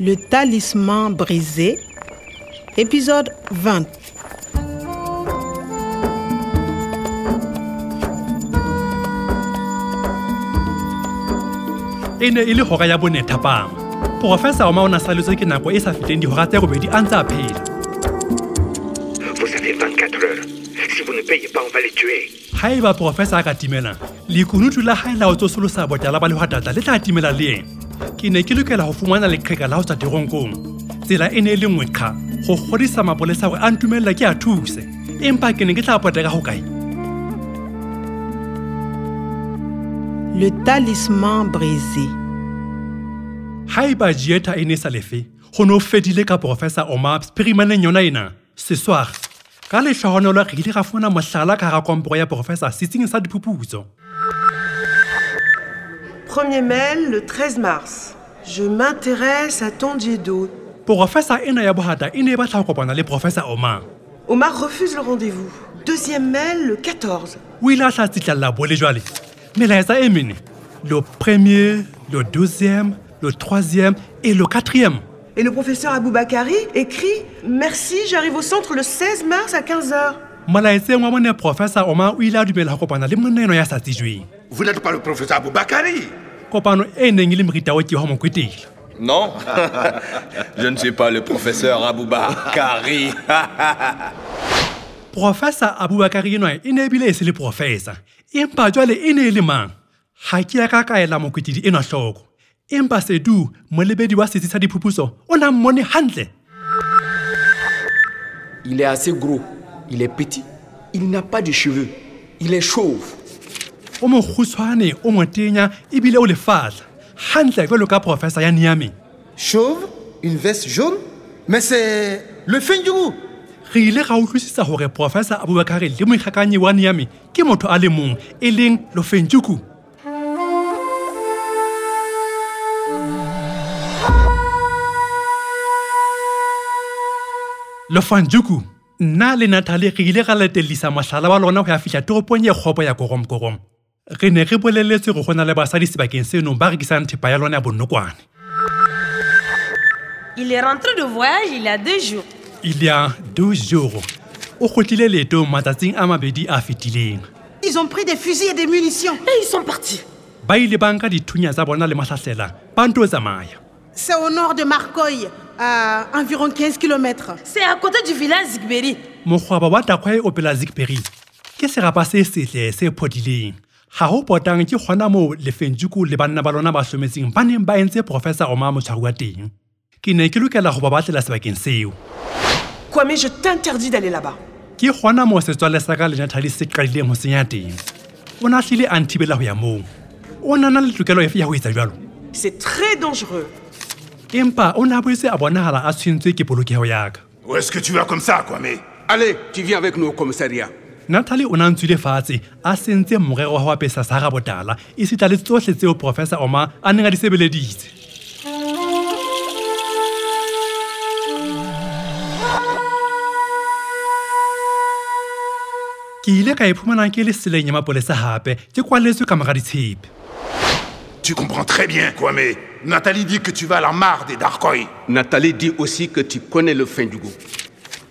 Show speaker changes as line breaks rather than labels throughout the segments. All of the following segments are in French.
Le talisman brisé, épisode 20.
e ne e le hora ya bone thapama porofesa wa maona saletswe ke nako e sa feteng dihora tse robedi a ntse a phela
Vous avez 24 heures. Si vous ne payez pas, on va les tuer.
haeba porofesa a ka timelang lekunutu la hae la ho tsosolosa botala ba lehwatatla le tla timela le ena ke ne ke lokela ho fumana leqheka la ho tswa teronkong tsela e ne e le nngwe qha ho kgodisa mapolesa hore a ntumella ke a thuse empa ke ne ke tla poteka hokae
Le talisman brisé.
haeba jieta e ne e sa lefe ho no fedile ka porofesa omar spirimaneng yona ena sesware ka lehlohonolo re ile ra fumana mohlala ka hara komporo ya porofesa setsing sa diphuputso
Premier mail le 13 mars. Je m'intéresse à ton jet d'eau.
porofesa ena ya bohata e ne e batla ho kopana le porofesa omar
Omar refuse le rendez-vous. Deuxième mail le 14.
o ile a tla tsitlalla bole jwale melaetsa e mene le premier le deuxième le troisième et le quatrième
Et le professeur Aboubakari écrit Merci, j'arrive au centre le 16 mars à 15h.
molaetseng wa mone professor omar o ile a dumela ho kopana le moneno ya sa tsejweng
Vous n'êtes pas le professeur Aboubakari
kopano e neng e le moritao ke wa mokwetela
Non Je ne suis pas le professeur Abouba Kari.
professor abubakari enwa e ne ebile e se le professor empa jwale e ne e le mang ha ke ya ka kaela mokwetedi enwa hloko empa sedu molebedi wa setsi sa diphuputso o na mmone hantle
Il est assez gros, il est petit, il n'a pas de cheveux, il est chauve.
o mokgutshwane o motenya ebile o lefatla hantle jwalo ka professor ya niameng
Chauve, une veste jaune, mais c'est le Fendjougou.
re ile ra utlwisisa hore profesa abubakare le moikgakanyi wa niame ke motho a le mong e leng lofentjuku lofantjuku nna le natale re ile ra latellisa mohlala wa lona ho ya fihla toropong ye kgopo ya koromkorom re ne re boleletswe hore ho na le basadi sebakeng senong ba rekisang thepa ya lona ya bonokwane
Il est rentré de voyage il y a deux jours.
il y a deux jours o kgotlile leetong matsatsing a mabedi a fetileng
Ils ont pris des fusils et des munitions.
Et ils sont partis.
ba ile ba nka dithunya tsa bona le mahlahlela ba nto tsamaya
C'est au nord de Marcoy, à environ 15 km.
C'est à côté du village Zigberi.
mokgwaba wa takwa e opela zikperi ke serapa se setle se phodileng ha ho potang ke gona moo lefentsuku le banna ba lona ba hlometseng ba neng ba entse professor oma motshwari wa teng ke ne ke lokela ho ba batlela sebakeng seo
Quoi, mais je t'interdis d'aller là-bas.
ke gona moo setswale sa ka lenathale se qadileng ho senya teng o ne a hlile a nthibela ho ya moo o nana le tokelo efe ya ho etsa jalo
C'est très dangereux.
empa o ne a boetse a bonahala a tshwentswe ke polokeho ya ka
Où est-ce que tu vas comme ça, Kwame
Allez, tu viens avec nous au commissariat.
natalie o ne a ntswile fatshe a sentse morero wa ho apesa sa rabotala e sita le tsohle tseo professor omar a neng a di sebeleditse ke ile ka iphumana ke le seleng ya mapolesa hape ke kwalletswe ka mora ditshepe
Tu comprends très bien, Kwame. Nathalie dit que tu vas à la mare des Darkoi.
Nathalie dit aussi que tu connais le fin du goût.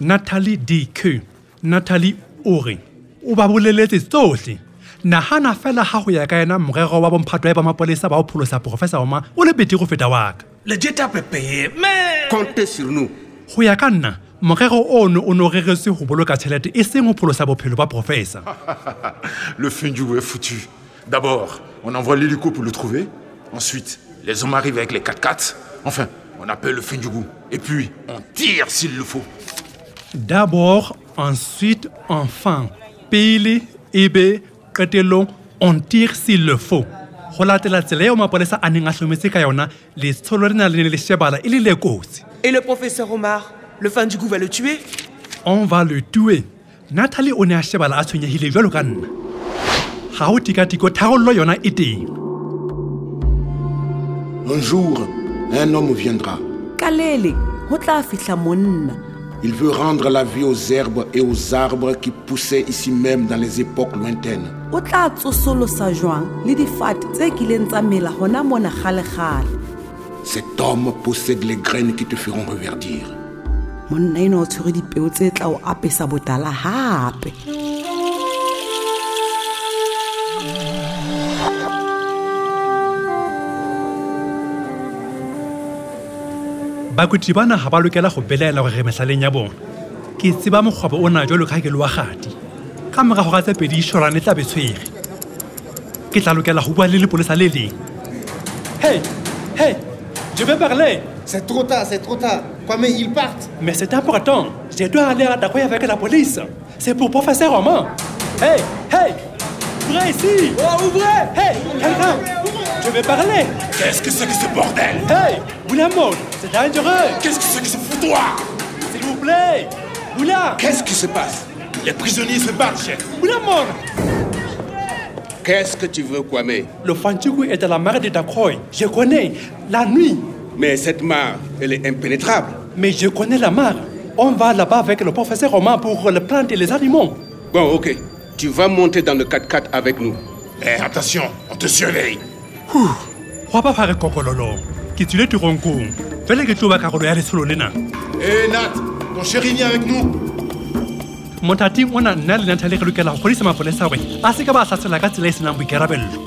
natalie dq natalie o re o ba boleletse tsohle nagana fela ga go ya ka ena morero wa bomphato ya ba mapolesa ba go pholosa porofesa oma o le bete go feta wa ka
Le jet peut payer, mais...
Comptez sur nous.
go ya ka nna morero ono o ne o reretswe go boloka tšhelete e seng go pholosa bophelo ba porofesa
Le Fundu est foutu. D'abord, on envoie l'hélico pour le trouver. Ensuite, les hommes arrivent avec les 4x4. Enfin, on appelle le Fundu. Et puis, on tire s'il le faut.
d'abord ensuite enfin pele ebe qetelong on tire s'il le faut go latela tsela eo mapolesa a neng a tlhometse ka yona letsholo re na le ne le shebala e le le kotsi
Et le professeur Omar Le fin du goût va le tuer
on va le tuer natalie o ne a shebala a tshwenyegile jwalo ka nna ga go tikatiko tharollo yona e teng
Un jour, un homme viendra.
kalele ho tla fihla monna
Il veut rendre la vie aux herbes et aux arbres qui poussaient ici même dans les époques lointaines.
o tla tsosolosa jwang le difate tse kileng tsa mela hona mona kgalekgale
Cet homme possède les graines qui te feront reverdir.
monna enwa o tshwere dipeo tse tla o apesa botala hape
bakweti bana ga ba lokela go belaela gore metlhaleng ya bona ke tseba mokgwabo o na jalo ka ha ke loagadi ka morago ga tse pedi šorane tla be tshwere ke tla lokela go bua le lepolesa le leng hey hey je vais parler
C'est trop tard, c'est trop tard. Kwame, ils partent.
mais c'est important je dois aller à Dakar avec la police c'est pour professeur Roman hey hey ouvrez ici oh, ouvrez hey quelqu'un je vais parler
Qu'est-ce que c'est que ce bordel
hey Boulamon c'est dangereux
qu'est-ce que c'est que ce foutoir
s'il vous plaît Boula
Qu'est-ce qui se passe Les prisonniers se battent, chef.
Boulamon
Qu'est-ce que tu veux, Kwame
Le Fantougou est à la mare de Dakoy. Je connais. La nuit.
Mais cette mare, elle est impénétrable.
Mais je connais la mare. On va là-bas avec le professeur Roman pour le planter les animaux.
Bon, ok. Tu vas monter dans le 4x4 avec nous.
Eh, attention, on te surveille.
Ouh. Wa ba fare kokololo. Ke tsile tirong kong. Fela ke tlo ba karolo ya lesolo lena.
Eh, Nat, ton chéri vient avec nous.
mothati o na nna le nathale ke lokela go godisa mapolesa gore a se ka ba sasela ka tsela e senang boikarabelelo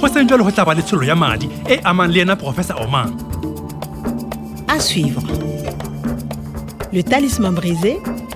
go seng jalo go tla ba le tsholo ya madi e amang le ena professeur oman
À suivre. Le Talisman brisé,